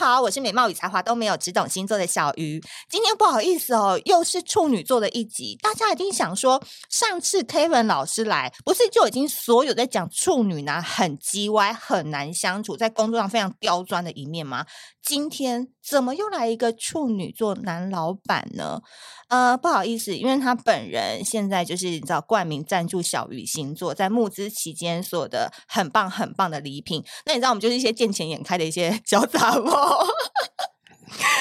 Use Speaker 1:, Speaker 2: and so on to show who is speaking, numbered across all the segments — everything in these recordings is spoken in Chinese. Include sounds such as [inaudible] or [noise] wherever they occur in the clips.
Speaker 1: 好，我是美貌与才华都没有，只懂星座的小鱼。今天不好意思哦，又是处女座的一集，大家一定想说，上次 Kevin 老师来，不是就已经所有在讲处女男很叽歪、很难相处，在工作上非常刁钻的一面吗？今天怎么又来一个处女座男老板呢？呃，不好意思，因为他本人现在就是你知道冠名赞助小鱼星座，在募资期间所有的很棒很棒的礼品。那你知道我们就是一些见钱眼开的一些 [laughs] 小杂毛。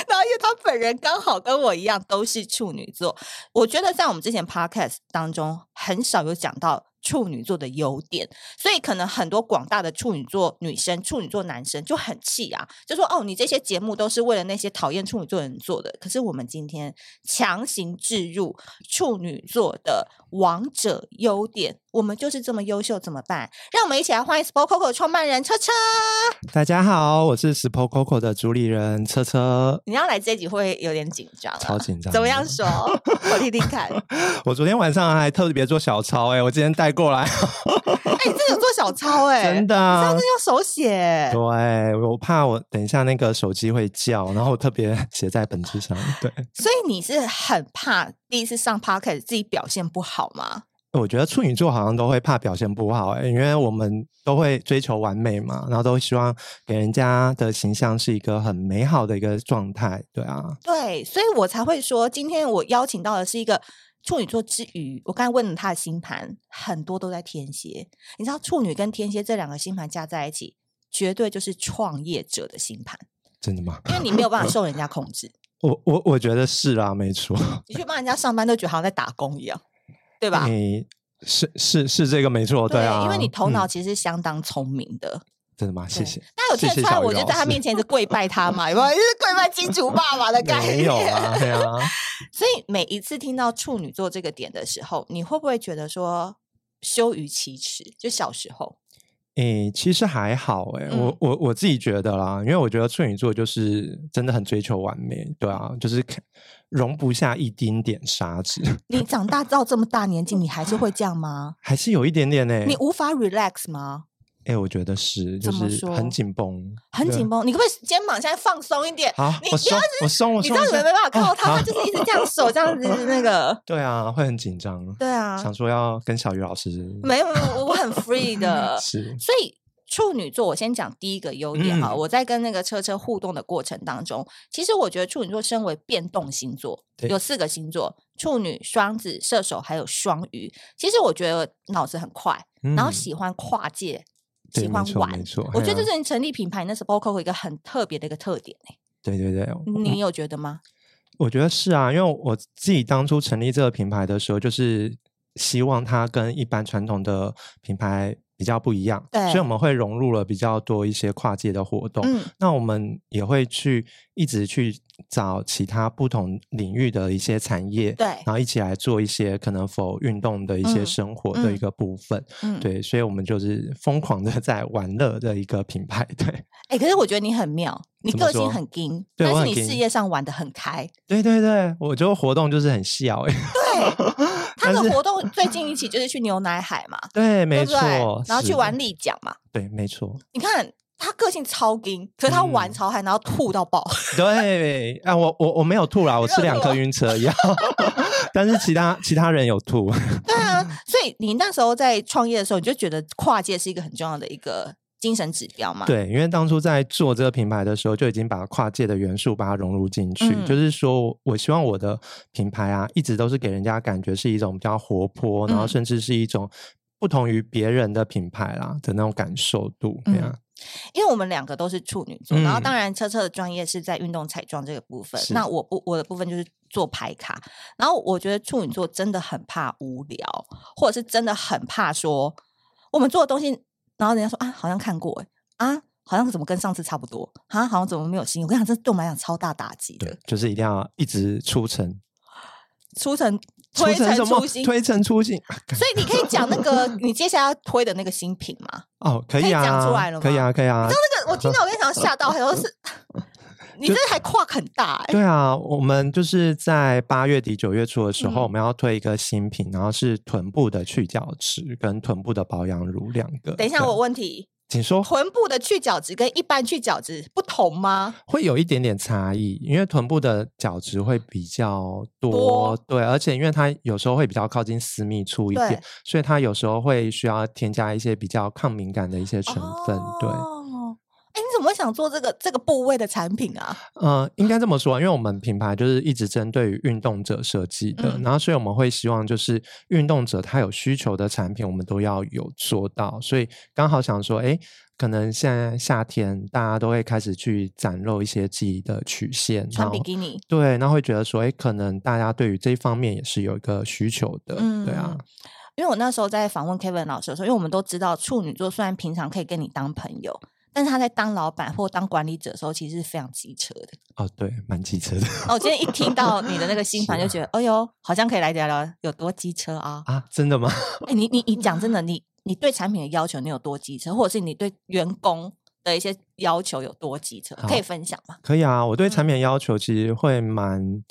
Speaker 1: 然后，因为他本人刚好跟我一样都是处女座，我觉得在我们之前 podcast 当中很少有讲到处女座的优点，所以可能很多广大的处女座女生、处女座男生就很气啊，就说哦，你这些节目都是为了那些讨厌处女座的人做的。可是我们今天强行置入处女座的王者优点，我们就是这么优秀，怎么办？让我们一起来欢迎 Spoke Coco 创办人车车。
Speaker 2: 大家好，我是 s p o Coco 的主理人车车，
Speaker 1: 你要来这一集会有点紧张、啊，
Speaker 2: 超紧张。
Speaker 1: 怎么样？说？我听听看。哎、
Speaker 2: 我昨天晚上还特别做小抄、欸，哎，我今天带过来，
Speaker 1: 哎你真的有做小抄哎、
Speaker 2: [laughs] 真的
Speaker 1: 你上
Speaker 2: 啊
Speaker 1: 次。用手写
Speaker 2: 对，。我怕我等一下那个手机会叫，然后我特别写在本子上。 [laughs] 对，
Speaker 1: 所以你是很怕第一次上 p o c k e t 自己表现不好吗？
Speaker 2: 我觉得处女座好像都会怕表现不好、欸，因为我们都会追求完美嘛，然后都希望给人家的形象是一个很美好的一个状态。对啊，
Speaker 1: 对，所以我才会说，今天我邀请到的是一个处女座之余，我刚才问了他的星盘，很多都在天蝎。你知道处女跟天蝎这两个星盘加在一起，绝对就是创业者的星盘，
Speaker 2: 真的吗？
Speaker 1: 因为你没有办法受人家控制，
Speaker 2: 我我我觉得是啦、没错。
Speaker 1: 你去帮人家上班都觉得好像在打工一样，对吧？
Speaker 2: 你是是是这个没错，嗯对啊，
Speaker 1: 因为你头
Speaker 2: 嗯
Speaker 1: 脑其实相当聪明的，
Speaker 2: 真的吗？谢
Speaker 1: 对
Speaker 2: 谢。
Speaker 1: 大家有
Speaker 2: 谢
Speaker 1: 听得
Speaker 2: 谢
Speaker 1: 出来，
Speaker 2: 小鱼哦
Speaker 1: 我就
Speaker 2: 老
Speaker 1: 在他
Speaker 2: 师
Speaker 1: 面前是跪拜他嘛，有没有？就是跪拜金主爸爸的概
Speaker 2: 没
Speaker 1: 念。
Speaker 2: 有啊，
Speaker 1: [laughs]
Speaker 2: 对啊，
Speaker 1: 所以每一次听到处女座这个点的时候，你会不会觉得说羞于启齿？就小时候，
Speaker 2: 诶、其实还好诶、
Speaker 1: 嗯
Speaker 2: 我我我自己觉得啦，因为我觉得处女座就是真的很追求完美，对啊，就是看容不下一丁点沙子， [laughs]
Speaker 1: 你长大到这么大年纪，你还是会这样吗？
Speaker 2: 还是有一点点诶、
Speaker 1: 你无法 relax 吗？
Speaker 2: 诶、我觉得是，就
Speaker 1: 怎么
Speaker 2: 是
Speaker 1: 说
Speaker 2: 很紧绷，
Speaker 1: 很
Speaker 2: 对
Speaker 1: 紧。绷，你可不可以肩膀现在放松一点？
Speaker 2: 好
Speaker 1: 你，
Speaker 2: 我
Speaker 1: 不要
Speaker 2: 松，我松，我
Speaker 1: 你
Speaker 2: 松。
Speaker 1: 知道
Speaker 2: 我
Speaker 1: 你们
Speaker 2: 松
Speaker 1: 没办法靠
Speaker 2: 哦
Speaker 1: 他，
Speaker 2: 好，
Speaker 1: 他就是一直这样手这样子那个
Speaker 2: 对啊，会很紧张，
Speaker 1: 对啊，
Speaker 2: 想说要跟小鱼老师
Speaker 1: 没有，没有我很 free
Speaker 2: [laughs]
Speaker 1: 的，
Speaker 2: 是
Speaker 1: 所以处女座，我先讲第一个优点哈、
Speaker 2: 嗯
Speaker 1: 我在跟那个车车互动的过程当中，其实我觉得处女座身为变动星座，
Speaker 2: 对
Speaker 1: 有四个星座：处女、双子、射手还有双鱼。其实我觉得脑子很快，然后
Speaker 2: 嗯
Speaker 1: 喜欢跨界，
Speaker 2: 对
Speaker 1: 喜
Speaker 2: 没
Speaker 1: 欢
Speaker 2: 错
Speaker 1: 玩
Speaker 2: 没错。
Speaker 1: 我觉得
Speaker 2: 嘿啊
Speaker 1: 这是你成立品牌那时候 Coco 一个很特别的一个特点、欸、
Speaker 2: 对对对，
Speaker 1: 你有觉得吗？
Speaker 2: 我觉得是啊，因为我自己当初成立这个品牌的时候，就是希望它跟一般传统的品牌比较不一样，
Speaker 1: 对
Speaker 2: 所以我们会融入了比较多一些跨界的活动。
Speaker 1: 嗯，
Speaker 2: 那我们也会去一直去找其他不同领域的一些产业，
Speaker 1: 对，
Speaker 2: 然后一起来做一些可能否运动的一些
Speaker 1: 嗯
Speaker 2: 生活的一
Speaker 1: 嗯
Speaker 2: 个部分。
Speaker 1: 嗯，
Speaker 2: 对，所以我们就是疯狂的在玩乐的一个品牌。对， [laughs]
Speaker 1: 哎、可是我觉得你很妙，你
Speaker 2: 怎么
Speaker 1: 个性
Speaker 2: 说
Speaker 1: 很硬，
Speaker 2: 对
Speaker 1: 但
Speaker 2: 我
Speaker 1: 是
Speaker 2: 很
Speaker 1: 你事
Speaker 2: 硬
Speaker 1: 业上玩的很开。
Speaker 2: 对对对，我觉得活动就是很笑、欸， [laughs]
Speaker 1: 对，他
Speaker 2: 但
Speaker 1: 的
Speaker 2: 是
Speaker 1: 活动最近一起就是去牛奶海嘛，
Speaker 2: 对，
Speaker 1: 对
Speaker 2: 没
Speaker 1: 不
Speaker 2: 错
Speaker 1: 对，？然后去
Speaker 2: 是
Speaker 1: 玩立奖嘛，
Speaker 2: 对，没错，
Speaker 1: 你看他个性超硬，可是他玩
Speaker 2: 嗯
Speaker 1: 超嗨，然后吐到
Speaker 2: [laughs]
Speaker 1: 爆。
Speaker 2: 对啊，我我我没有吐啦，我
Speaker 1: 没有
Speaker 2: 吃两
Speaker 1: 吐啊
Speaker 2: 颗晕车药， [laughs] 但是其他其他人有吐，
Speaker 1: 对
Speaker 2: [laughs]
Speaker 1: 啊，所以你那时候在创业的时候，你就觉得跨界是一个很重要的一个精神指标嘛？，
Speaker 2: 对，因为当初在做这个品牌的时候，就已经把跨界的元素把它融入进去，
Speaker 1: 嗯
Speaker 2: 就是说我希望我的品牌啊，一直都是给人家感觉是一种比较活泼，然后
Speaker 1: 嗯
Speaker 2: 甚至是一种不同于别人的品牌啦的那种感受度，对
Speaker 1: 嗯
Speaker 2: 啊，
Speaker 1: 因为我们两个都是处女座，然后
Speaker 2: 嗯
Speaker 1: 当然车车的专业是在运动彩妆这个部分，
Speaker 2: 是
Speaker 1: 那我不我的部分就是。做牌卡，然后我觉得处女座真的很怕无聊，或者是真的很怕说我们做的东西，然后人家说啊，好像看过哎、啊，好像怎么跟上次差不多啊，好像怎么没有新意。我跟你讲，这对我们来讲超大打击的
Speaker 2: 对，，就是一定要一直出城，
Speaker 1: 出成
Speaker 2: 出
Speaker 1: 推
Speaker 2: 城
Speaker 1: 陈
Speaker 2: 什么
Speaker 1: 出？新。
Speaker 2: 推陈出新 [laughs]
Speaker 1: 所以你可以讲那个你接下来要推的那个新品吗？
Speaker 2: 哦，
Speaker 1: 可
Speaker 2: 可
Speaker 1: 以
Speaker 2: 以
Speaker 1: 讲
Speaker 2: 啊，
Speaker 1: 出来了
Speaker 2: 可以
Speaker 1: 吗
Speaker 2: 啊，可以啊，
Speaker 1: 那个我听到我跟你讲吓到，还有是， [laughs] 你这还跨很大哎、
Speaker 2: 对啊，我们就是在八月底九月初的时候，
Speaker 1: 嗯
Speaker 2: 我们要推一个新品，然后是臀部的去角质跟臀部的保养乳两个。
Speaker 1: 等一下，
Speaker 2: 对
Speaker 1: 我有问题，
Speaker 2: 请说，
Speaker 1: 臀部的去角质跟一般去角质不同吗？
Speaker 2: 会有一点点差异，因为臀部的角质会比较多，
Speaker 1: 多
Speaker 2: 对，而且因为它有时候会比较靠近私密处一
Speaker 1: 对
Speaker 2: 点，所以它有时候会需要添加一些比较抗敏感的一些成分，对，
Speaker 1: 哦哎，你怎么会想做这个这个部位的产品啊？
Speaker 2: 呃，应该这么说，因为我们品牌就是一直针对于运动者设计的，
Speaker 1: 嗯
Speaker 2: 然后所以我们会希望就是运动者他有需求的产品，我们都要有做到。所以刚好想说，哎，可能现在夏天大家都会开始去展露一些自己的曲线，然
Speaker 1: 穿
Speaker 2: 后
Speaker 1: 比基尼，
Speaker 2: 对，那会觉得说，哎，可能大家对于这一方面也是有一个需求的，对啊
Speaker 1: 嗯，因为我那时候在访问 Kevin 老师的时候，因为我们都知道处女座虽然平常可以跟你当朋友，但是他在当老板或当管理者的时候，其实是非常机车的。
Speaker 2: 哦，对，蛮机车的 [laughs]
Speaker 1: 哦，我今天一听到你的那个星盘，
Speaker 2: 是
Speaker 1: 就
Speaker 2: 啊
Speaker 1: 觉得，哎呦，好像可以来聊聊有多机车啊！
Speaker 2: 啊，真的吗？
Speaker 1: 哎、你你你讲真的，你你对产品的要求你有多机车，或者是你对员工的一些要求有多机车，可以
Speaker 2: 好
Speaker 1: 分享吗？
Speaker 2: 可以啊，我对产
Speaker 1: 嗯
Speaker 2: 品的要求其实会蛮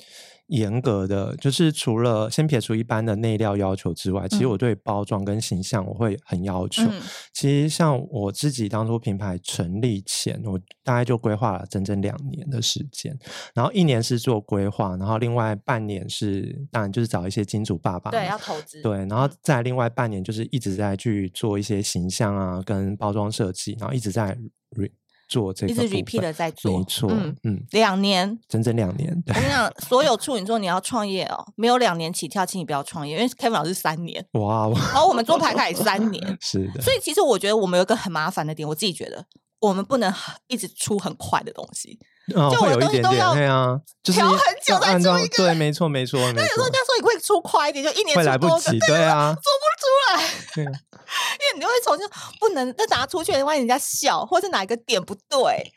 Speaker 2: 严格的，就是除了先撇除一般的内料要求之外，其实
Speaker 1: 嗯
Speaker 2: 我对包装跟形象我会很要求。
Speaker 1: 嗯
Speaker 2: 其实像我自己当初品牌成立前，我大概就规划了整整两年的时间，然后一年是做规划，然后另外半年是当然就是找一些金主爸爸嘛，
Speaker 1: 对，要嗯投资，
Speaker 2: 对，然后在另外半年就是一直在去做一些形象啊跟包装设计，然后一直在 re 做这
Speaker 1: 一
Speaker 2: 个
Speaker 1: 直
Speaker 2: 部
Speaker 1: repeat
Speaker 2: 分
Speaker 1: 的在做，
Speaker 2: 没错，
Speaker 1: 嗯
Speaker 2: 嗯，
Speaker 1: 两
Speaker 2: [laughs]
Speaker 1: 年。
Speaker 2: 整整两年，对
Speaker 1: 我，跟你讲，所有处女座你要创业哦，没有两年起跳，请你不要创业，因为 Kevin 老师三年，
Speaker 2: 哇，哇，
Speaker 1: 然后我们做牌卡也三年
Speaker 2: [laughs] 是的，
Speaker 1: 所以其实我觉得我们有一个很麻烦的点，我自己觉得我们不能一直出很快的东西，
Speaker 2: 嗯，
Speaker 1: 就我
Speaker 2: 会
Speaker 1: 的
Speaker 2: 有
Speaker 1: 东
Speaker 2: 一
Speaker 1: 西
Speaker 2: 点
Speaker 1: 都
Speaker 2: 点
Speaker 1: 要
Speaker 2: 对啊，就是
Speaker 1: 调很久
Speaker 2: 要
Speaker 1: 再
Speaker 2: 按
Speaker 1: 出
Speaker 2: 照
Speaker 1: 一个
Speaker 2: 对，没错，没错，没
Speaker 1: 那有时候
Speaker 2: 错
Speaker 1: 人家，说你会出快一点，就一年
Speaker 2: 会
Speaker 1: 出
Speaker 2: 来
Speaker 1: 多
Speaker 2: 不
Speaker 1: 个，
Speaker 2: 及，
Speaker 1: 对
Speaker 2: 对啊，
Speaker 1: 做不出来，
Speaker 2: 对啊
Speaker 1: 因为你就会重新不能再拿出去，万一人家笑，或是哪一个点不对，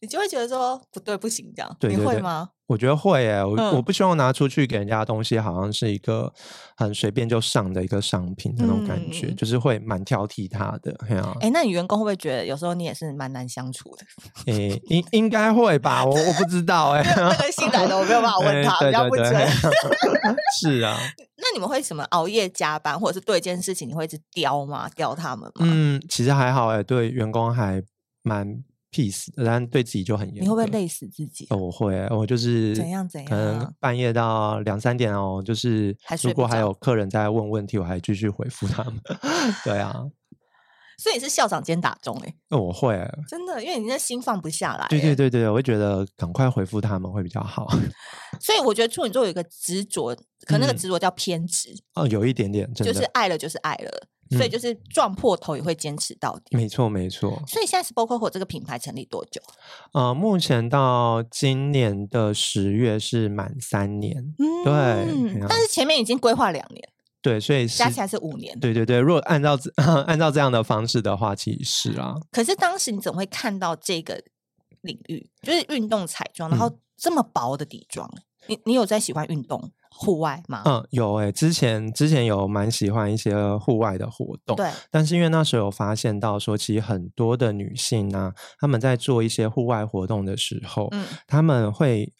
Speaker 1: 你就会觉得说不对不行这样，
Speaker 2: 对
Speaker 1: 你
Speaker 2: 对
Speaker 1: 会
Speaker 2: 对
Speaker 1: 吗？
Speaker 2: 我觉得会诶、我、
Speaker 1: 嗯
Speaker 2: 我不希望拿出去给人家的东西，好像是一个很随便就上的一个商品那种感觉，
Speaker 1: 嗯
Speaker 2: 就是会蛮挑剔它的，嘿啊，
Speaker 1: 哎，那你员工会不会觉得有时候你也是蛮难相处的？
Speaker 2: 诶、应应该会吧，我我不知道
Speaker 1: [laughs]
Speaker 2: 诶、
Speaker 1: 那个新来的我没有办法问
Speaker 2: [laughs]
Speaker 1: 他，
Speaker 2: 哎
Speaker 1: 比较不
Speaker 2: 对对
Speaker 1: 准
Speaker 2: 对。是
Speaker 1: [laughs]
Speaker 2: 啊，
Speaker 1: 那你们会什么熬夜加班，或者是对一件事情你会一直刁吗？刁他们吗？
Speaker 2: 嗯，其实还好哎、对员工还蛮 peace，的但对自己就很严。
Speaker 1: 你会不会？累死自己？啊
Speaker 2: 哦、我会欸、我就是
Speaker 1: 怎样怎
Speaker 2: 可能
Speaker 1: 样啊
Speaker 2: 半夜到两三点哦，就是
Speaker 1: 还睡
Speaker 2: 如
Speaker 1: 不
Speaker 2: 果还
Speaker 1: 着
Speaker 2: 有客人在问问题，我还继续回复他们。 [laughs] 对啊，
Speaker 1: 所以你是校长兼打中哎、
Speaker 2: 那我会欸、
Speaker 1: 真的，因为你那心放不下来、
Speaker 2: 对对。对对，我会觉得赶快回复他们会比较好。 [laughs]
Speaker 1: 所以我觉得处女座有一个执着，可能那个
Speaker 2: 嗯
Speaker 1: 执着叫偏执，
Speaker 2: 哦，有一点点真
Speaker 1: 就
Speaker 2: 的，
Speaker 1: 是爱了就是爱了，所以
Speaker 2: 嗯
Speaker 1: 就是撞破头也会坚持到底。
Speaker 2: 没错没错。
Speaker 1: 所以现在 Spoke 这个品牌成立多久？
Speaker 2: 呃，目前到今年的十月是满三年，
Speaker 1: 嗯
Speaker 2: 对哎呀
Speaker 1: 但是前面已经规划两年，
Speaker 2: 对，所以
Speaker 1: 加
Speaker 2: 是
Speaker 1: 起来是五年。
Speaker 2: 对对对，如果按照这 [laughs] 按照这样的方式的话，其实啊，
Speaker 1: 可是当时你怎么会看到这个领域，就是运动彩妆，然后
Speaker 2: 嗯
Speaker 1: 这么薄的底妆？你你有在喜欢运动户外吗？
Speaker 2: 嗯，有诶、之前之前有蛮喜欢一些户外的活嗯动，
Speaker 1: 对，
Speaker 2: 但是因为那时候有发现到说，其实很多的女性啊，她们在做一些户外活动的时候，
Speaker 1: 嗯，
Speaker 2: 她们会。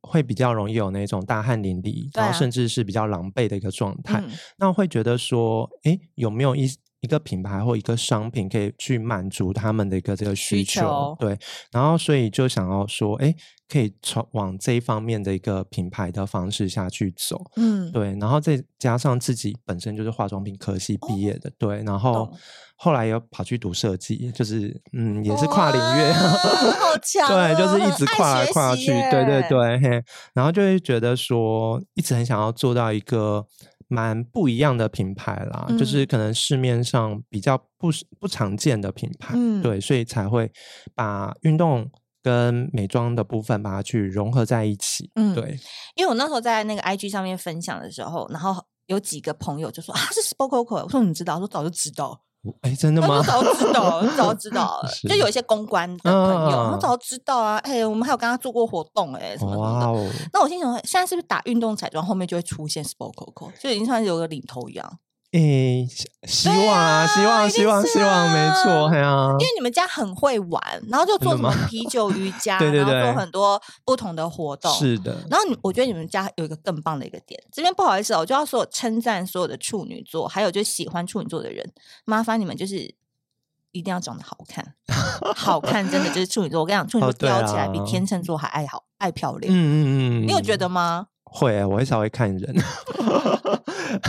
Speaker 2: 会比较容易有那种大汗淋漓，
Speaker 1: 对
Speaker 2: 然
Speaker 1: 啊
Speaker 2: 后甚至是比较狼狈的一个状态。
Speaker 1: 嗯
Speaker 2: 那会觉得说，诶，有没有一一个品牌或一个商品可以去满足他们的一个这个需
Speaker 1: 需求
Speaker 2: 对，然后所以就想要说，诶，可以从往这一方面的一个品牌的方式下去走。
Speaker 1: 嗯，
Speaker 2: 对，然后再加上自己本身就是化妆品科系毕业的，对，然后
Speaker 1: 哦懂
Speaker 2: 后来又跑去读设计，就是嗯，也是跨领域， [laughs]
Speaker 1: 哇好强哦，
Speaker 2: 对，就是一
Speaker 1: 很
Speaker 2: 直
Speaker 1: 爱
Speaker 2: 跨来
Speaker 1: 学
Speaker 2: 跨
Speaker 1: 习
Speaker 2: 去，对对
Speaker 1: 耶，
Speaker 2: 对，嘿，然后就会觉得说，一直很想要做到一个蛮不一样的品牌啦，就是
Speaker 1: 嗯
Speaker 2: 可能市面上比较不是不常见的品牌，
Speaker 1: 嗯
Speaker 2: 对，所以才会把运动跟美妆的部分把它去融合在一起，
Speaker 1: 嗯
Speaker 2: 对，
Speaker 1: 因为我那时候在那个 IG 上面分享的时候，然后有几个朋友就说啊是 Spoke，我说你知道，我说早就知道，
Speaker 2: 哎，真的
Speaker 1: 他
Speaker 2: 吗
Speaker 1: 说？早就知道，早就知道
Speaker 2: [laughs]
Speaker 1: 了，就是有一些公关的朋友，我
Speaker 2: 嗯
Speaker 1: 早就知道啊，哎，我们还有跟他做过活动，哎，什么什么
Speaker 2: 哇
Speaker 1: 的。 [laughs]
Speaker 2: 哦！
Speaker 1: 那我心想，现在是不是打运动彩妆后面就会出
Speaker 2: [laughs]
Speaker 1: 现 Spoke，就已经算是有个领头羊？
Speaker 2: 嗯诶，希希
Speaker 1: 对
Speaker 2: 望啊，希
Speaker 1: 啊一
Speaker 2: 望，
Speaker 1: 定
Speaker 2: 希望，
Speaker 1: 是
Speaker 2: 希望，没错，
Speaker 1: 啊
Speaker 2: 嘿啊
Speaker 1: 因，为你们家很会玩，然后就做什
Speaker 2: 真的
Speaker 1: 么
Speaker 2: 吗
Speaker 1: 啤酒瑜伽，
Speaker 2: [laughs] 对对
Speaker 1: 然后
Speaker 2: 对
Speaker 1: 做很多不同的活动，
Speaker 2: 是的，
Speaker 1: 然后你，我觉得你们家有一个更棒的一个点，这边不好意思、哦，我就要说称赞所有的处女座，还有就是喜欢处女座的人，麻烦你们就是一定要长得好看，好看真的就是处女座。我跟你讲，处女座
Speaker 2: 哦对
Speaker 1: 雕起来比
Speaker 2: 啊
Speaker 1: 天秤座还爱好爱漂亮。
Speaker 2: 嗯嗯嗯，
Speaker 1: 你有觉得吗？
Speaker 2: 会欸？我会稍微看人。 [laughs]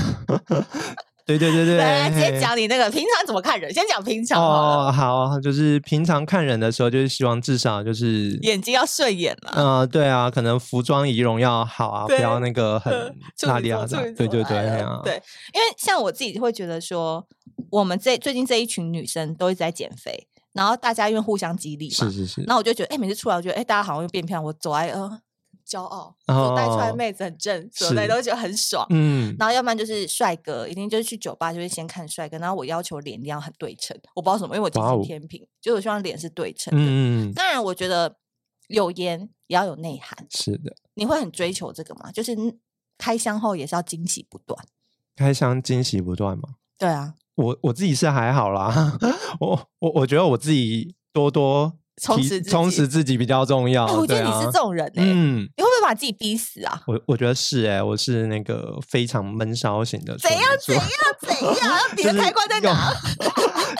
Speaker 2: 对对对对，
Speaker 1: 来来，直接
Speaker 2: 嘿
Speaker 1: 讲你那个平常怎么看人，先讲平常好了，
Speaker 2: 哦，好，就是平常看人的时候，就是希望至少就是，
Speaker 1: 眼睛要顺眼了。
Speaker 2: 嗯、对啊，可能服装仪容要好啊，不
Speaker 1: 对
Speaker 2: 要那
Speaker 1: 呃
Speaker 2: 个很
Speaker 1: 处
Speaker 2: 邋
Speaker 1: 女
Speaker 2: 里
Speaker 1: 座
Speaker 2: 邋
Speaker 1: 处女
Speaker 2: 遢，
Speaker 1: 座
Speaker 2: 对对对，
Speaker 1: 来
Speaker 2: 嘿
Speaker 1: 了
Speaker 2: 啊
Speaker 1: 对，因为像我自己会觉得说，我们这最近这一群女生都一直在减肥，然后大家因为互相激励
Speaker 2: 是
Speaker 1: 嘛，
Speaker 2: 是是，
Speaker 1: 然后我就觉得，哎、每次出来我觉得，哎、大家好像又变漂亮，我走来呃骄傲，就带出来
Speaker 2: 哦
Speaker 1: 妹子很正，所以
Speaker 2: 是
Speaker 1: 都觉得很爽。
Speaker 2: 嗯，
Speaker 1: 然后要不然就是帅哥，一定就是去酒吧就会先看帅哥，然后我要求脸一定要很对称，我不知道什么，因为我体
Speaker 2: 哇
Speaker 1: 型
Speaker 2: 哦
Speaker 1: 天平，就是我希望脸是对称的。
Speaker 2: 嗯嗯，嗯
Speaker 1: 当然，我觉得有颜也要有内涵，
Speaker 2: 是的，
Speaker 1: 你会很追求这个吗？就是开箱后也是要惊喜不断。
Speaker 2: 开箱惊喜不断嘛。
Speaker 1: 对啊，
Speaker 2: 我我自己是还好啦， [laughs] 我我我觉得我自己多多
Speaker 1: 充
Speaker 2: 提
Speaker 1: 实自
Speaker 2: 充
Speaker 1: 己
Speaker 2: 实自己比较重要。
Speaker 1: 哎、我觉得
Speaker 2: 对
Speaker 1: 你是
Speaker 2: 啊
Speaker 1: 这种人哎、
Speaker 2: 嗯，
Speaker 1: 你会不会把自己逼死啊？
Speaker 2: 我我觉得是哎、我是那个非常闷骚型的处
Speaker 1: 怎
Speaker 2: 女
Speaker 1: 样怎
Speaker 2: 座，
Speaker 1: 样怎样？你
Speaker 2: [laughs] 就
Speaker 1: 的
Speaker 2: 是
Speaker 1: 开关在哪？
Speaker 2: [laughs]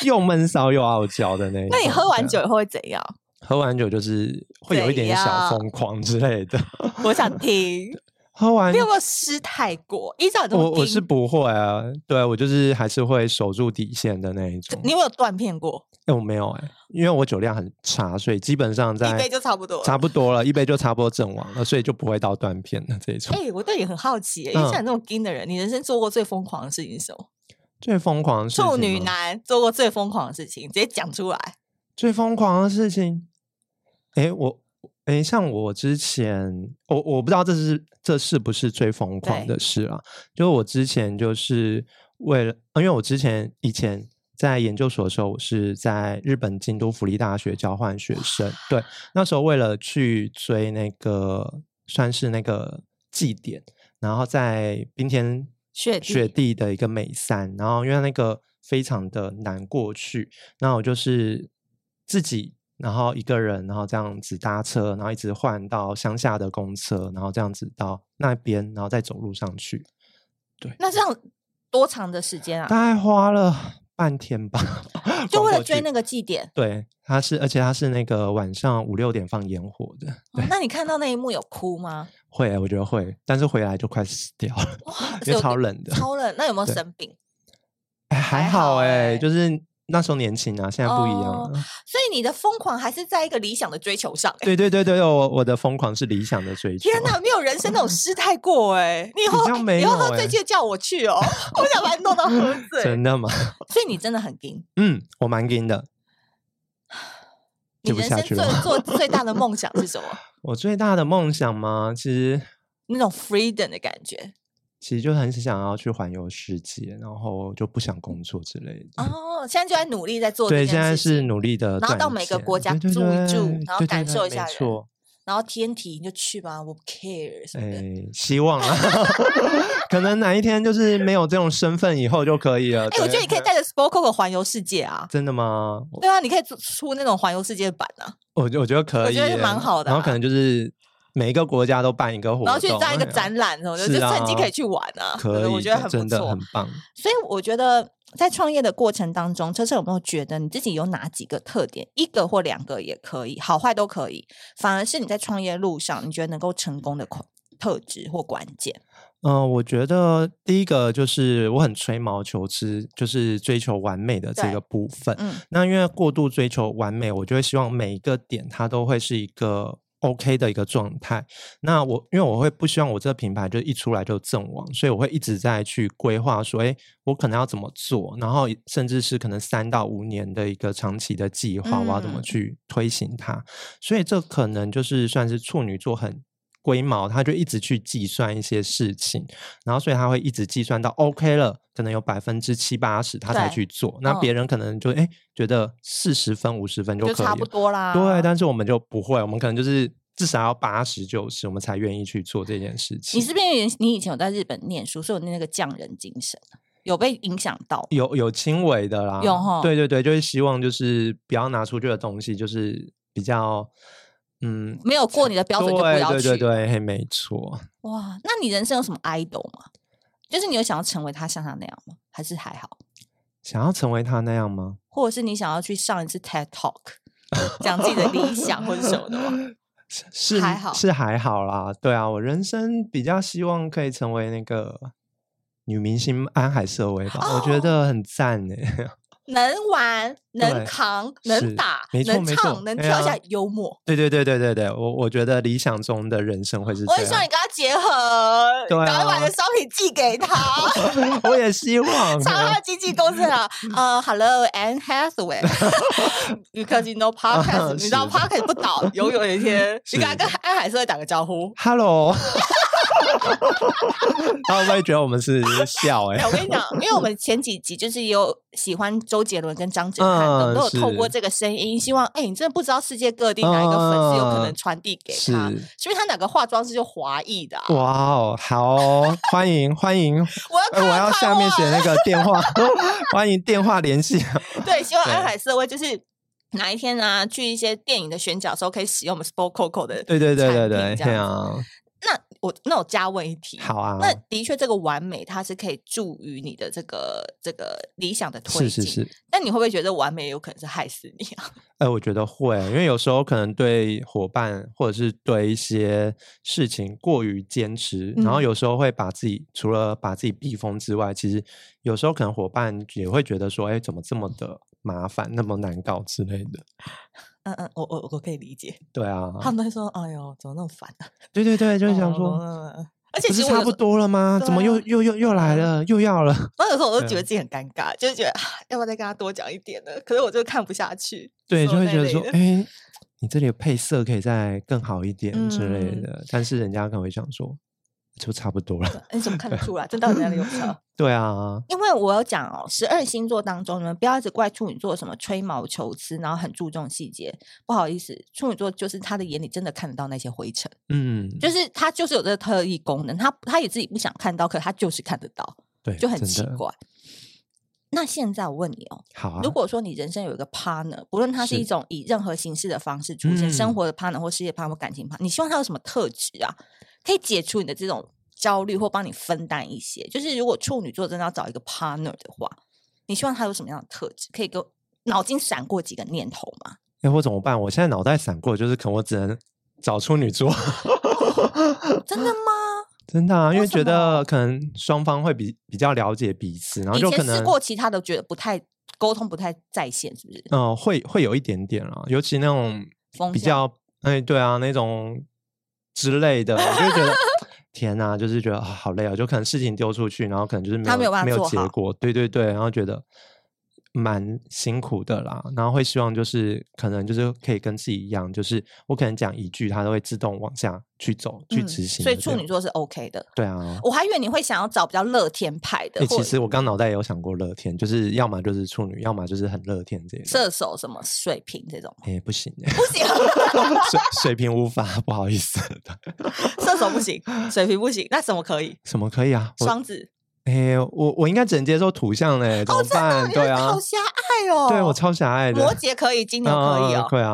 Speaker 2: 又又闷骚又傲娇的那一种。
Speaker 1: 那你喝完
Speaker 2: 对啊，
Speaker 1: 酒以后会怎样？
Speaker 2: 喝完酒就是会有一点
Speaker 1: 怎样
Speaker 2: 小疯狂之类的。 [laughs]
Speaker 1: 我想听。
Speaker 2: 喝完
Speaker 1: 你有没有失态过？依照你这么
Speaker 2: 啊我我是
Speaker 1: 盯
Speaker 2: 不会啊，对我就是还是会守住底线的那一种。
Speaker 1: 你有没有断片过？
Speaker 2: 哎、我没有哎、因为我酒量很差，所以基本上在
Speaker 1: 一杯就差不多了。
Speaker 2: 差不多了，一杯就差不多阵亡了，所以就不会到断片的这一种。
Speaker 1: 哎、我对你很好奇、欸，因为像
Speaker 2: 嗯
Speaker 1: 你这么硬的人，你人生做过最疯狂的事情是什么？
Speaker 2: 最疯狂的事情
Speaker 1: 处女
Speaker 2: 吗
Speaker 1: 男做过最疯狂的事情，直接讲出来。
Speaker 2: 最疯狂的事情，哎，我哎，像我之前，我我不知道这是这是不是最疯狂
Speaker 1: 对
Speaker 2: 的事啊？就是我之前就是为了，因为我之前以前在研究所的时候，我是在日本京都福利大学交换学生，对，那时候为了去追那个算是那个祭典，然后在冰天
Speaker 1: 雪
Speaker 2: 雪地的一个美山，然后因为那个非常的难过去，那我就是自己，然后一个人，然后这样子搭车，然后一直换到乡下的公车，然后这样子到那边，然后再走路上去，
Speaker 1: 那这样多长的时间啊？
Speaker 2: 大概花了半天吧， [laughs]
Speaker 1: 就
Speaker 2: 晃
Speaker 1: 为了
Speaker 2: 过
Speaker 1: 追
Speaker 2: 去
Speaker 1: 那个祭典、
Speaker 2: 对，它是，而且它是那个晚上五六点放烟火的，
Speaker 1: 哦那你看到那一幕有哭吗？
Speaker 2: 会，我觉得会，但是回来就快死掉了，
Speaker 1: 哇
Speaker 2: 因
Speaker 1: 有
Speaker 2: 为超冷的，
Speaker 1: 超冷，那有没有
Speaker 2: 对
Speaker 1: 生病？
Speaker 2: 哎
Speaker 1: 还
Speaker 2: 还
Speaker 1: 好
Speaker 2: 好哎、
Speaker 1: 欸
Speaker 2: 就是那时候年轻啊，现在不一样了。
Speaker 1: 哦所以你的疯狂还是在一个理想的追求上、欸。
Speaker 2: [laughs] 对对对对，我我的疯狂是理想的追求。啊
Speaker 1: 天哪，没有人生那种失态过哎、你以后
Speaker 2: 比较
Speaker 1: 哎
Speaker 2: 没
Speaker 1: 以后
Speaker 2: 有
Speaker 1: 喝醉
Speaker 2: 欸
Speaker 1: 就叫我去哦， [laughs] 我想把你弄到
Speaker 2: [laughs]
Speaker 1: 喝醉
Speaker 2: 真。的吗？
Speaker 1: 所以你真的很硬。
Speaker 2: 嗯，我蛮 gay 的。
Speaker 1: 你
Speaker 2: 接不
Speaker 1: 人
Speaker 2: 下
Speaker 1: 生
Speaker 2: 去
Speaker 1: 最
Speaker 2: 了 [laughs]
Speaker 1: 做最大的梦想是什么？
Speaker 2: 我最大的梦想嘛，其实
Speaker 1: 那种 freedom 的感觉
Speaker 2: 其实就很想要去环游世界，然后就不想工作之类的。
Speaker 1: 哦，现在就在努力在做这
Speaker 2: 对，
Speaker 1: 件
Speaker 2: 现在
Speaker 1: 事情
Speaker 2: 是努力的，
Speaker 1: 然后到每个国家
Speaker 2: 对对
Speaker 1: 住一
Speaker 2: 对
Speaker 1: 住
Speaker 2: 对
Speaker 1: 然后
Speaker 2: 对
Speaker 1: 感
Speaker 2: 对
Speaker 1: 受一
Speaker 2: 没
Speaker 1: 下人
Speaker 2: 错
Speaker 1: 然后天体你就去吧，我不 care 什么的。
Speaker 2: 哎，希望啊， [laughs] 可能哪一天就是没有这种身份以后就可以了。
Speaker 1: 哎、我觉得
Speaker 2: 对
Speaker 1: 你可以带着 Spoke 环游世界啊，
Speaker 2: 真的吗？我
Speaker 1: 对啊，你可以出出那种环游世界版啊，
Speaker 2: 我觉我觉得可以
Speaker 1: 觉
Speaker 2: 耶，
Speaker 1: 得蛮好的
Speaker 2: 然后
Speaker 1: 啊
Speaker 2: 可能就是每一个国家都办一个活动，
Speaker 1: 然后去这样一个
Speaker 2: 哎呀
Speaker 1: 展览什么的，
Speaker 2: 是
Speaker 1: 就趁机可以
Speaker 2: 啊
Speaker 1: 去玩啊，对不
Speaker 2: 可
Speaker 1: 对
Speaker 2: 以，
Speaker 1: 我觉得很
Speaker 2: 真
Speaker 1: 不
Speaker 2: 的
Speaker 1: 错
Speaker 2: 很。棒。
Speaker 1: 所以我觉得在创业的过程当中，车车有没有觉得你自己有哪几个特点，一个或两个也可以，好坏都可以，反而是你在创业路上，你觉得能够成功的款特质或关键？
Speaker 2: 嗯、我觉得第一个就是我很吹毛求疵，就是追求完美的这
Speaker 1: 对
Speaker 2: 个部分。
Speaker 1: 嗯，
Speaker 2: 那因为过度追求完美，我就会希望每一个点它都会是一个 OK 的一个状态。那我因为我会不希望我这个品牌就一出来就阵亡，所以我会一直在去规划说，哎，我可能要怎么做，然后甚至是可能三到五年的一个长期的计划，我要怎么
Speaker 1: 嗯
Speaker 2: 去推行它。所以这可能就是算是处女座很。龟毛，他就一直去计算一些事情，然后所以他会一直计算到 OK 了，可能有百分之七八十，他才
Speaker 1: 对
Speaker 2: 去做。那
Speaker 1: 嗯
Speaker 2: 别人可能就哎、诶觉得四十分五十分就
Speaker 1: 就
Speaker 2: 可以
Speaker 1: 差
Speaker 2: 了，
Speaker 1: 不多啦。
Speaker 2: 对，但是我们就不会，我们可能就是至少要八十九十，我们才愿意去做这件事情。
Speaker 1: 你是不是因为你以前有在日本念书，所以有那个匠人精神啊，有被影响到？
Speaker 2: 有有轻微的啦，
Speaker 1: 有吼
Speaker 2: 对对对，就是希望就是不要拿出去的东西，就是比较嗯，
Speaker 1: 没有过你的标准就不
Speaker 2: 对
Speaker 1: 要去。
Speaker 2: 对对对，嘿没错。
Speaker 1: 哇，那你人生有什么 idol 吗？就是你有想要成为他像他那样吗？还是还好？
Speaker 2: 想要成为他那
Speaker 1: [laughs]
Speaker 2: 样吗？
Speaker 1: 或者是你想要去上一次 TED Talk，讲自己的理想或者什么的吗？
Speaker 2: [laughs] 是是
Speaker 1: 还好
Speaker 2: 是还好啦，对啊，我人生比较希望可以成为那个女明星安海瑟薇吧，我觉
Speaker 1: 哦
Speaker 2: 得很赞诶、
Speaker 1: 能玩、能
Speaker 2: 对
Speaker 1: 扛、
Speaker 2: 是
Speaker 1: [laughs] 能打、
Speaker 2: 没错
Speaker 1: 能
Speaker 2: 没
Speaker 1: 唱、
Speaker 2: 错
Speaker 1: 能
Speaker 2: 哎
Speaker 1: 跳
Speaker 2: 呀
Speaker 1: 下幽默。
Speaker 2: 对对对对对对，我我觉得理想中的人生会是
Speaker 1: 我
Speaker 2: 这
Speaker 1: 也希望
Speaker 2: 样
Speaker 1: 你，跟他结合，
Speaker 2: 对
Speaker 1: 赶快把
Speaker 2: 啊
Speaker 1: 你的商品寄给他，
Speaker 2: [laughs] 我也希望
Speaker 1: 找他
Speaker 2: 啊。
Speaker 1: 的经纪公司啊。呃，Hello，Anne Hathaway，because you know
Speaker 2: [laughs]
Speaker 1: podcast，你知道
Speaker 2: 是
Speaker 1: podcast 不倒，永远有一天，你赶快
Speaker 2: 是
Speaker 1: 跟安海瑟薇打个招呼。
Speaker 2: [laughs] Hello，他会不会觉得我们是
Speaker 1: [laughs]
Speaker 2: 笑哎、
Speaker 1: 哎，我跟你讲，因为我们前几集就是有喜欢周杰伦跟张震撼的，
Speaker 2: 嗯
Speaker 1: 都有透过
Speaker 2: 是
Speaker 1: 这个声音，希望哎，你真的不知道世界各地哪一个粉丝有可能
Speaker 2: 嗯
Speaker 1: 传递给
Speaker 2: 是
Speaker 1: 他，所以他哪个化妆师就华裔的啊。
Speaker 2: 哇哦，好哦，欢迎欢迎，
Speaker 1: 我要
Speaker 2: 呃
Speaker 1: 看
Speaker 2: 我要
Speaker 1: 看哦
Speaker 2: 下面
Speaker 1: 我
Speaker 2: 写那个电话， [laughs] 欢迎电话联系。
Speaker 1: 对，希望
Speaker 2: 对
Speaker 1: 安海瑟薇就是哪一天啊，去一些电影的选角的时候，可以使用我们 Spoke Coco 的。
Speaker 2: 对对对
Speaker 1: 产
Speaker 2: 对对，
Speaker 1: 品这
Speaker 2: 对
Speaker 1: 样
Speaker 2: 啊，
Speaker 1: 那我那我加问一题，
Speaker 2: 好啊，
Speaker 1: 那的确这个完美它是可以助于你的这个这个理想的推
Speaker 2: 是
Speaker 1: 进。
Speaker 2: 是是。
Speaker 1: 但你会不会觉得完美有可能是害死你啊？ [laughs]
Speaker 2: 哎、我觉得会，因为有时候可能对伙伴或者是对一些事情过于坚持，然后
Speaker 1: 嗯
Speaker 2: 有时候会把自己除了把自己避风之外，其实有时候可能伙伴也会觉得说，哎、怎么这么的麻烦，那么难搞之类的。
Speaker 1: 嗯嗯，我我我可以理解，
Speaker 2: 对啊，
Speaker 1: 他们都会说：“哎呦，怎么那么烦啊
Speaker 2: 对对对，？”就是想
Speaker 1: 哦
Speaker 2: 说。
Speaker 1: 嗯而且
Speaker 2: 不
Speaker 1: 其实
Speaker 2: 是
Speaker 1: 我有
Speaker 2: 差
Speaker 1: 时
Speaker 2: 不
Speaker 1: 候，
Speaker 2: 多了吗？怎么
Speaker 1: 对
Speaker 2: 又
Speaker 1: 啊
Speaker 2: 又又又来了，又要了？
Speaker 1: 然后有时候我都
Speaker 2: 对
Speaker 1: 觉得自己很尴尬，就是觉得啊要不要再跟他多讲一点呢？可是我就看不下去，
Speaker 2: 对，
Speaker 1: 什
Speaker 2: 就
Speaker 1: 么
Speaker 2: 会
Speaker 1: 那
Speaker 2: 觉得
Speaker 1: 类
Speaker 2: 说，
Speaker 1: 的
Speaker 2: 哎、 [laughs] 你这里的配色可以再更好一点之类
Speaker 1: 嗯
Speaker 2: 的。但是人家可能会想说，就差不多了。
Speaker 1: 哎你怎么看得出来？这到底哪里有差？
Speaker 2: [laughs] 对啊，
Speaker 1: 因为我有讲哦，十二星座当中，你们不要一直怪处女座什么吹毛求疵，然后很注重细节。不好意思，处女座就是他的眼里真的看得到那些灰尘，
Speaker 2: 嗯，
Speaker 1: 就是他就是有这个特异功能，他他也自己不想看到，可他就是看得到，
Speaker 2: 对，
Speaker 1: 就很
Speaker 2: 真
Speaker 1: 奇
Speaker 2: 的。
Speaker 1: 怪。那现在我问你哦，
Speaker 2: 好啊，
Speaker 1: 如果说你人生有一个 partner，不论他是
Speaker 2: 是
Speaker 1: 一种以任何形式的方式出现，生
Speaker 2: 嗯
Speaker 1: 活的 partner 或事业 partner 或感情 partner，你希望他有什么特质啊，可以解除你的这种焦虑或帮你分担一些？就是如果处女座真的要找一个 partner 的话，你希望他有什么样的特质？可以给我脑筋闪过几个念头吗？
Speaker 2: 哎、我怎么办？我现在脑袋闪过，就是可能我只能找处女座， [laughs]
Speaker 1: 真
Speaker 2: 啊
Speaker 1: 的吗？
Speaker 2: 真的、啊，因
Speaker 1: 为
Speaker 2: 为
Speaker 1: 什
Speaker 2: 觉
Speaker 1: 么
Speaker 2: 得可能双方会比比较了解彼此，然后
Speaker 1: 以
Speaker 2: 就
Speaker 1: 前
Speaker 2: 可
Speaker 1: 试
Speaker 2: 能。
Speaker 1: 过其他的，觉得不太沟通，不太在线，是不是？
Speaker 2: 嗯、会会有一点点啦，尤其那种
Speaker 1: 风
Speaker 2: 比
Speaker 1: 向
Speaker 2: 较，哎，对啊，那种之类的，我就会觉
Speaker 1: [laughs]
Speaker 2: 得天呐，就是觉得啊，好累啊，就可能事情丢出去，然后可能就是没
Speaker 1: 他
Speaker 2: 有
Speaker 1: 没有办法做
Speaker 2: 结
Speaker 1: 好
Speaker 2: 果，对对对，然后觉得蛮辛苦的啦，然后会希望就是可能就是可以跟自己一样，就是我可能讲一句，它都会自动往下去走去
Speaker 1: 嗯
Speaker 2: 执行
Speaker 1: 所
Speaker 2: 的
Speaker 1: 以
Speaker 2: 这样、
Speaker 1: 处女座是 OK 的。
Speaker 2: 对啊。
Speaker 1: 我还以为你会想要找比较乐天派的，
Speaker 2: 欸、
Speaker 1: 或
Speaker 2: 其
Speaker 1: 者
Speaker 2: 实我刚脑袋也有想过乐天，就是要么就是处女，要么就是很乐天这一种。
Speaker 1: 射手什么水瓶这种，
Speaker 2: 哎、不行、欸，
Speaker 1: 不行。
Speaker 2: 水水平无法，不好意思。 [laughs]
Speaker 1: 射手不行，水瓶不行，那什么可以？
Speaker 2: 什么可以啊？我
Speaker 1: 双子，
Speaker 2: 哎、我我应该只能接受土象
Speaker 1: 哦
Speaker 2: 嘞，怎么办？
Speaker 1: 哎你
Speaker 2: 对
Speaker 1: 们
Speaker 2: 啊
Speaker 1: 好，狭隘哦。
Speaker 2: 对我超狭隘的。
Speaker 1: 摩羯可以，金牛可以
Speaker 2: 嗯
Speaker 1: 哦。
Speaker 2: 对啊，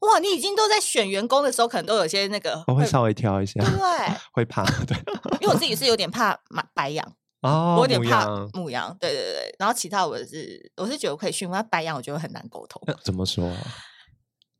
Speaker 1: 哇，你已经都在选员工的时候，可能都有些那个
Speaker 2: 我会稍微挑一下
Speaker 1: 对，不对，
Speaker 2: 会怕。对
Speaker 1: 因为我自己是有点怕马白羊，
Speaker 2: 哦，
Speaker 1: 我有点
Speaker 2: 母
Speaker 1: 怕
Speaker 2: 羊
Speaker 1: 母羊，对对对。然后其他我是我是觉得我可以驯服，但白羊我觉得很难沟通，啊
Speaker 2: 呃怎么说？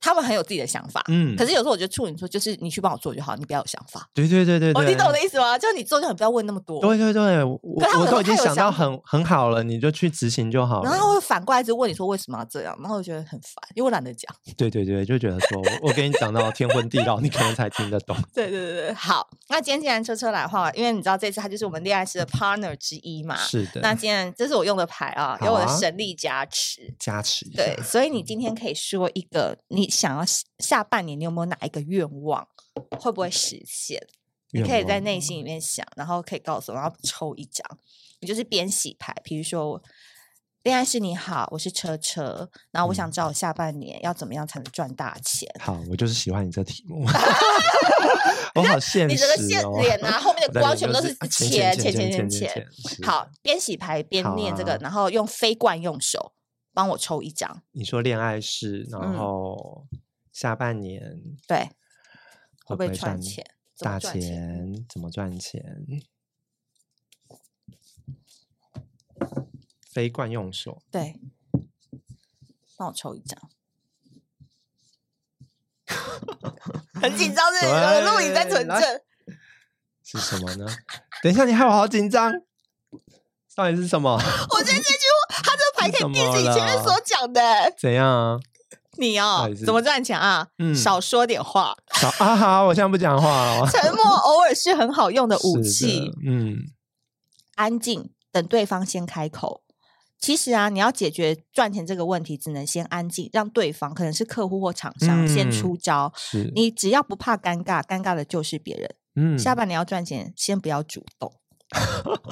Speaker 1: 他们很有自己的想法。
Speaker 2: 嗯，
Speaker 1: 可是有时候我觉得处女座就是你去帮我做就好，你不要有想法。
Speaker 2: 对对对对
Speaker 1: 哦，
Speaker 2: 对，
Speaker 1: 你懂我的意思吗？就是你做就很不要问那么多。
Speaker 2: 对对对，我
Speaker 1: 可他们
Speaker 2: 我
Speaker 1: 有
Speaker 2: 都已经
Speaker 1: 太有
Speaker 2: 想到
Speaker 1: 想法
Speaker 2: 很很好了，你就去执行就好了。
Speaker 1: 然后他会反过来一直问你说为什么要这样，然后我觉得很烦，因为我懒得讲。
Speaker 2: 对对对，就觉得说我我给你讲到天昏地老，你可能才听得
Speaker 1: [laughs]
Speaker 2: 懂。
Speaker 1: 对对对对，好。那今天既然车车来的话，因为你知道这次他就是我们恋爱师的 partner 之一嘛。
Speaker 2: 是的，
Speaker 1: 啊那今天这是我用的牌啊，有
Speaker 2: 好
Speaker 1: 我的
Speaker 2: 啊
Speaker 1: 神力加持。
Speaker 2: 加持一下
Speaker 1: 对，所以你今天可以说一个你想要下下半年你有没有哪一个愿望，会不会实现？你
Speaker 2: 愿
Speaker 1: 可以在
Speaker 2: 望
Speaker 1: 内心里面想，然后可以告诉我，然后抽一张，你就是边洗牌。比如说，恋爱师你好，我是车车，然后我想
Speaker 2: 嗯
Speaker 1: 知道我下半年要怎么样才能赚大钱。
Speaker 2: 好，我就是喜欢你这题
Speaker 1: [laughs]
Speaker 2: 目，我好现实、哦、
Speaker 1: 你这个现脸啊，后面
Speaker 2: [laughs] 我
Speaker 1: 的
Speaker 2: 的
Speaker 1: 光
Speaker 2: 脸
Speaker 1: 全部
Speaker 2: 就
Speaker 1: 都是
Speaker 2: 啊
Speaker 1: 钱钱钱
Speaker 2: 钱钱
Speaker 1: 钱钱
Speaker 2: 钱。，是
Speaker 1: 好，，边洗牌边
Speaker 2: 好
Speaker 1: 念这个
Speaker 2: 啊，
Speaker 1: 然后用非惯用手帮我抽一张。
Speaker 2: 你说恋爱是，
Speaker 1: 嗯
Speaker 2: 然后下半年
Speaker 1: 对，会
Speaker 2: 会
Speaker 1: 不会
Speaker 2: 赚
Speaker 1: 赚钱？怎么
Speaker 2: 大
Speaker 1: 赚钱？
Speaker 2: 钱？怎么赚钱？非惯用手。
Speaker 1: 对，帮我抽一
Speaker 2: [laughs]
Speaker 1: 张。很紧张，是不是录影在存
Speaker 2: 来
Speaker 1: 证。
Speaker 2: 是什么呢？等一下，你害我好紧张。到底是什么？
Speaker 1: 我觉得这句话，他
Speaker 2: [laughs]
Speaker 1: 这个牌可以
Speaker 2: 怎
Speaker 1: 变
Speaker 2: 么
Speaker 1: 成你前面
Speaker 2: 了
Speaker 1: 所讲的。
Speaker 2: 怎样啊？
Speaker 1: 你
Speaker 2: 到
Speaker 1: 哦
Speaker 2: 底是，
Speaker 1: 怎么赚钱啊？
Speaker 2: 嗯
Speaker 1: 少说点话，
Speaker 2: 少啊哈！我现在不讲话了。哦
Speaker 1: 沉默偶尔是很好用的武
Speaker 2: 是
Speaker 1: 器
Speaker 2: 的。嗯，
Speaker 1: 安静，等对方先开口。其实啊，你要解决赚钱这个问题，只能先安静，让对方可能是客户或厂商、先
Speaker 2: 嗯
Speaker 1: 出招。
Speaker 2: 是。
Speaker 1: 你只要不怕尴尬，尴尬的就是别人。
Speaker 2: 嗯，
Speaker 1: 下半年要赚钱，先不要主动，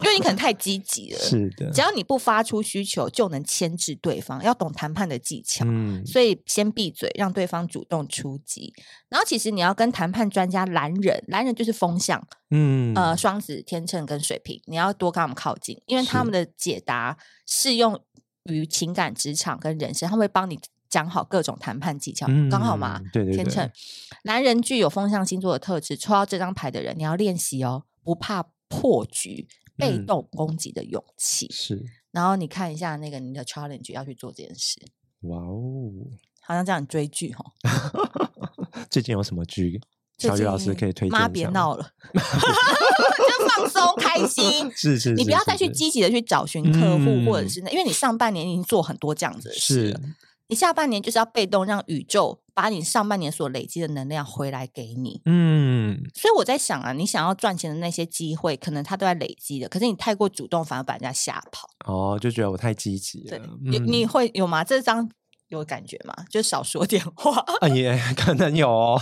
Speaker 1: 因为你可能太积极了。
Speaker 2: 是的
Speaker 1: 只。要你不发出需求，就能牵制对方。要懂谈判的技巧。
Speaker 2: 嗯，
Speaker 1: 所以先闭嘴，让对方主动出击。然后其实你要跟谈判专家蓝人，蓝人就是风向，
Speaker 2: 嗯
Speaker 1: 呃，双子、天秤跟水瓶，你要多跟他们靠近，因为他
Speaker 2: 是
Speaker 1: 们的解答适用于情感、职场跟人生，他们会帮你讲好各种谈判技巧，刚好嘛
Speaker 2: 嗯。对对
Speaker 1: 天
Speaker 2: 对
Speaker 1: 秤，男人具有风象星座的特质，抽到这张牌的人，你要练习哦，不怕破局、被
Speaker 2: 嗯
Speaker 1: 动攻击的勇气。
Speaker 2: 是
Speaker 1: 然后你看一下那个你的 challenge 要去做这件事，
Speaker 2: 哇哦。
Speaker 1: 好像这样追剧哈、哦。
Speaker 2: 最近有什么剧？
Speaker 1: 最
Speaker 2: 小鱼老师
Speaker 1: 近
Speaker 2: 可以推荐一下吗。。
Speaker 1: 妈别闹了， [laughs] 就放松开心
Speaker 2: 是是，
Speaker 1: 你
Speaker 2: 是
Speaker 1: 不要
Speaker 2: 是
Speaker 1: 再去
Speaker 2: 是
Speaker 1: 积极的去找寻客户，或者
Speaker 2: 嗯
Speaker 1: 是那因为你上半年已经做很多这样子的事
Speaker 2: 是
Speaker 1: 了，你下半年就是要被动让宇宙把你上半年所累积的能量回来给你。
Speaker 2: 嗯，
Speaker 1: 所以我在想啊，你想要赚钱的那些机会，可能它都在累积的，可是你太过主动，反而把人家吓跑。
Speaker 2: 哦，就觉得我太积极
Speaker 1: 对
Speaker 2: 了，。
Speaker 1: 你你
Speaker 2: 嗯
Speaker 1: 会有吗？这张有感觉吗？就少说点话， [laughs]
Speaker 2: 啊也 [laughs] 可能有哦，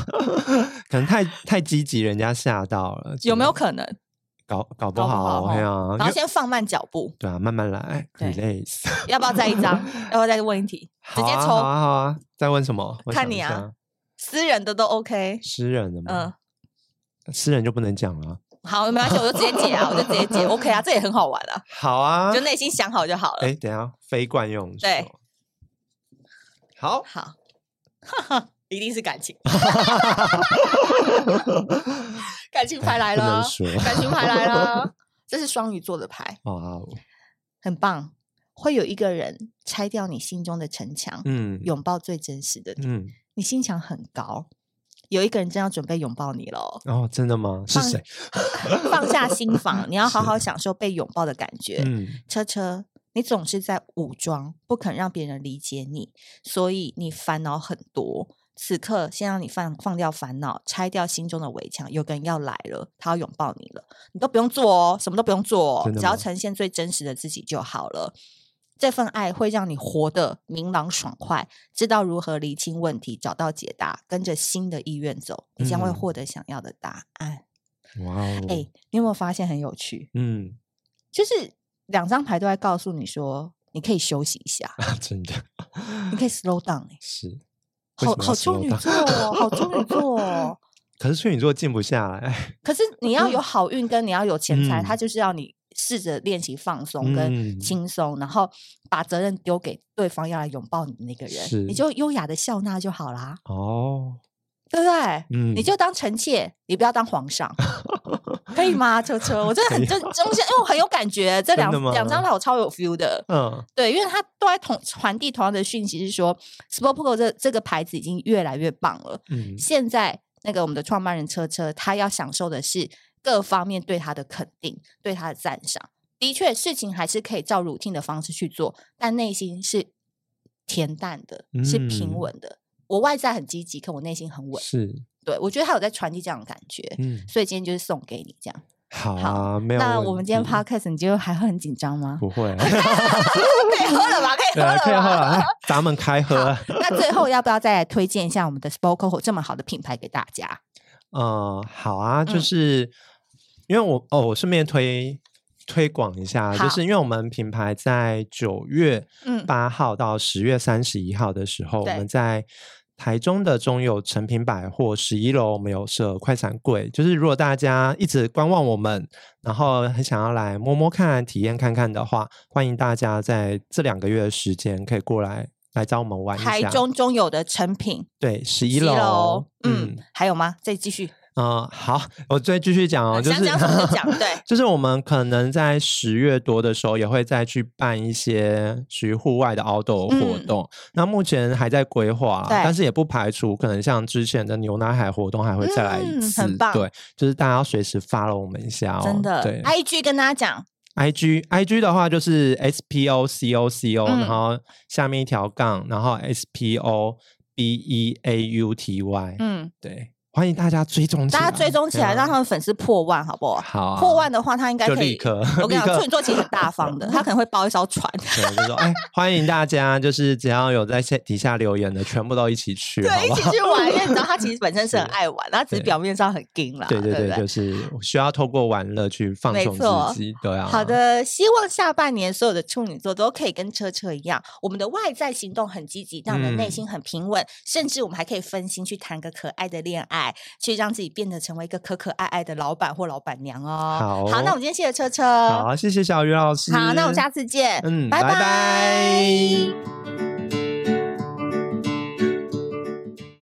Speaker 2: [laughs] 可能太太积极，人家吓到了，
Speaker 1: 有没有
Speaker 2: 真的
Speaker 1: 可能？
Speaker 2: 搞搞不
Speaker 1: 搞不好
Speaker 2: 好？哎呀
Speaker 1: 吼，然
Speaker 2: 因
Speaker 1: 后
Speaker 2: 为
Speaker 1: 先放慢脚步，
Speaker 2: 对啊，慢慢来
Speaker 1: 对
Speaker 2: ，release，
Speaker 1: 要不要再一
Speaker 2: [laughs]
Speaker 1: 张？要不要再问一题？直
Speaker 2: 好
Speaker 1: 接
Speaker 2: 啊好
Speaker 1: 抽
Speaker 2: 啊好啊，再问什么？我
Speaker 1: 看
Speaker 2: 想
Speaker 1: 你
Speaker 2: 一
Speaker 1: 啊
Speaker 2: 下，
Speaker 1: 私人的都 OK。
Speaker 2: 诗人的
Speaker 1: 嗯
Speaker 2: 吗？，诗人就不能讲了，
Speaker 1: 好，没关系，我就直接解啊，我就直接解，OK 啊，这也很好玩啊，
Speaker 2: 好啊
Speaker 1: 就，内心想好就好了。
Speaker 2: 哎，等一下，非惯用手
Speaker 1: 对，
Speaker 2: 好，
Speaker 1: 好， [laughs] 哈哈，一定是感
Speaker 2: [laughs]
Speaker 1: 情，感情牌来
Speaker 2: 不能
Speaker 1: 了，
Speaker 2: 说
Speaker 1: 感情牌来了，这是双鱼座的牌，
Speaker 2: 哇哦，
Speaker 1: 很棒。会有一个人拆掉你心中的城墙，
Speaker 2: 嗯
Speaker 1: 拥抱最真实的你。
Speaker 2: 嗯，
Speaker 1: 你心墙很高，有一个人正要准备拥抱你了。
Speaker 2: 哦，真的吗？是
Speaker 1: 放
Speaker 2: 谁？
Speaker 1: 放下心房，你要好好享受被拥抱的感觉。
Speaker 2: 嗯，
Speaker 1: 车车，你总是在武装，不肯让别人理解你，所以你烦恼很多。此刻，先让你放放掉烦恼，拆掉心中的围墙。有个人要来了，他要拥抱你了，你都不用做哦，什么都不用做哦
Speaker 2: 真，的
Speaker 1: 只要
Speaker 2: 吗
Speaker 1: 呈现最真实的自己就好了。这份爱会让你活得明朗爽快，知道如何厘清问题，找到解答，跟着新的意愿走，你将会
Speaker 2: 嗯
Speaker 1: 获得想要的答案。
Speaker 2: 哇哦，
Speaker 1: 哎、你有没有发现很有趣？
Speaker 2: 嗯，
Speaker 1: 就是两张牌都在告诉你说，你可以休息一下，
Speaker 2: 啊真的
Speaker 1: 你可以 slow down 哎、
Speaker 2: 是为
Speaker 1: 好
Speaker 2: 什
Speaker 1: 好处
Speaker 2: 么要 slow
Speaker 1: 女
Speaker 2: down？
Speaker 1: 座哦，好处女座哦。
Speaker 2: 可是处女座静不下来，
Speaker 1: 可是你要
Speaker 2: [laughs]
Speaker 1: 有好运，跟你要有钱财，
Speaker 2: 嗯
Speaker 1: 它就是要你试着练习放松跟
Speaker 2: 嗯
Speaker 1: 轻松，然后把责任丢给对方要来拥抱你的那个人，你
Speaker 2: 是
Speaker 1: 就优雅的笑纳就好啦，
Speaker 2: 哦，
Speaker 1: 对不对？
Speaker 2: [laughs] 嗯，
Speaker 1: 你就当臣妾，你不要当皇上，可以吗？车车，我真的很真中间，哎因为我很有感觉，这
Speaker 2: [laughs] 真
Speaker 1: 两
Speaker 2: 的
Speaker 1: 两张
Speaker 2: 吗
Speaker 1: 牌我超有 feel 的。
Speaker 2: 嗯，
Speaker 1: 对，因为他都在同传递同样的讯息，是说 s p o t p o k o 这这个牌子已经越来越棒了。
Speaker 2: 嗯
Speaker 1: 现在那个我们的创办人车车，他要享受的是各方面对他的肯定，对他的赞赏。的确，事情还是可以照 routine 的方式去做，但内心是恬淡的，是平
Speaker 2: 嗯
Speaker 1: 稳的。我外在很积极，可我内心很稳。
Speaker 2: 是，
Speaker 1: 对我觉得他有在传递这样的感觉，
Speaker 2: 嗯，
Speaker 1: 所以今天就是送给你这样。
Speaker 2: 好
Speaker 1: 好
Speaker 2: 啊，没有问题。
Speaker 1: 那我们今天 podcast 你觉得还会很紧张吗？
Speaker 2: 不
Speaker 1: [laughs]
Speaker 2: 会，
Speaker 1: 可以喝了吧？可以
Speaker 2: 对啊，可以喝了，哎咱们开喝。
Speaker 1: 那最后要不要再来推荐一下我们的 Spoke 这么好的品牌给大家？
Speaker 2: 嗯，好啊，就
Speaker 1: 嗯
Speaker 2: 是、因为我哦，我顺便推推广一下，
Speaker 1: 好
Speaker 2: 就是因为我们品牌在九月
Speaker 1: 嗯
Speaker 2: 八号到十月三十一号的时候，我
Speaker 1: 对
Speaker 2: 们在。台中的中友成品百货十一楼，我们有设快闪柜。就是如果大家一直观望我们，然后很想要来摸摸看、体验看看的话，欢迎大家在这两个月的时间可以过来来找我们玩一下。
Speaker 1: 台中中友的成品
Speaker 2: 对十
Speaker 1: 一嗯
Speaker 2: 一楼，
Speaker 1: 嗯，还有吗？再继续，
Speaker 2: 嗯，好，我再继续讲哦，就
Speaker 1: 想
Speaker 2: 是，
Speaker 1: 呃讲什么就讲，对
Speaker 2: [laughs] 就是我们可能在十月多的时候，也会再去办一些属于户外的 outdoor
Speaker 1: 嗯
Speaker 2: 活动。那目前还在规划啦，啊
Speaker 1: 对
Speaker 2: 但是也不排除可能像之前的牛奶海活动还会再来一
Speaker 1: 嗯
Speaker 2: 次。
Speaker 1: 很棒
Speaker 2: 对，就是大家要随时 follow 我们一下哦。
Speaker 1: 真的
Speaker 2: 对。
Speaker 1: ，IG 跟大家讲，
Speaker 2: I G I G 的话就是 S P O C O C O，、
Speaker 1: 嗯
Speaker 2: 然后下面一条杠，然后 S P O B E A U T Y，、
Speaker 1: 嗯，
Speaker 2: 对，欢迎大家追踪起来，
Speaker 1: 大家追踪起来，
Speaker 2: 对啊
Speaker 1: 让他们粉丝破万，好不好？
Speaker 2: 好啊、
Speaker 1: 破万的话，他应该
Speaker 2: 就
Speaker 1: 可
Speaker 2: 立
Speaker 1: 以。
Speaker 2: 刻，
Speaker 1: 我跟你
Speaker 2: [laughs]
Speaker 1: 讲，
Speaker 2: 立刻
Speaker 1: 处女座其实很大
Speaker 2: [laughs]
Speaker 1: 方的，他可能会包一艘船。
Speaker 2: 对，就说哎，欢迎大家，就是只要有在下底下留言的，全部都一起去，好
Speaker 1: 对，
Speaker 2: 不
Speaker 1: 一
Speaker 2: 好？
Speaker 1: 起去玩，因为你知道他其实本身是很爱玩，他只是
Speaker 2: 对
Speaker 1: 表面上很硬啦。
Speaker 2: 对对
Speaker 1: 对
Speaker 2: 对，
Speaker 1: 不
Speaker 2: 就是需要透过玩乐去放
Speaker 1: 没
Speaker 2: 松
Speaker 1: 错
Speaker 2: 自己，对啊。
Speaker 1: 好，的，希望下半年所有的处女座都可以跟车车一样，我们的外在行动很积极，但我们的内
Speaker 2: 嗯
Speaker 1: 心很平稳，甚至我们还可以分心去谈个可爱的恋爱，去让自己变得成为一个可可爱爱的老板或老板娘哦。
Speaker 2: 好嗯
Speaker 1: 那我们今天谢谢车车。
Speaker 2: 好，谢谢小鱼老师。
Speaker 1: 好那我们下次见。
Speaker 2: 嗯，
Speaker 1: 拜
Speaker 2: 拜
Speaker 1: 拜
Speaker 2: 拜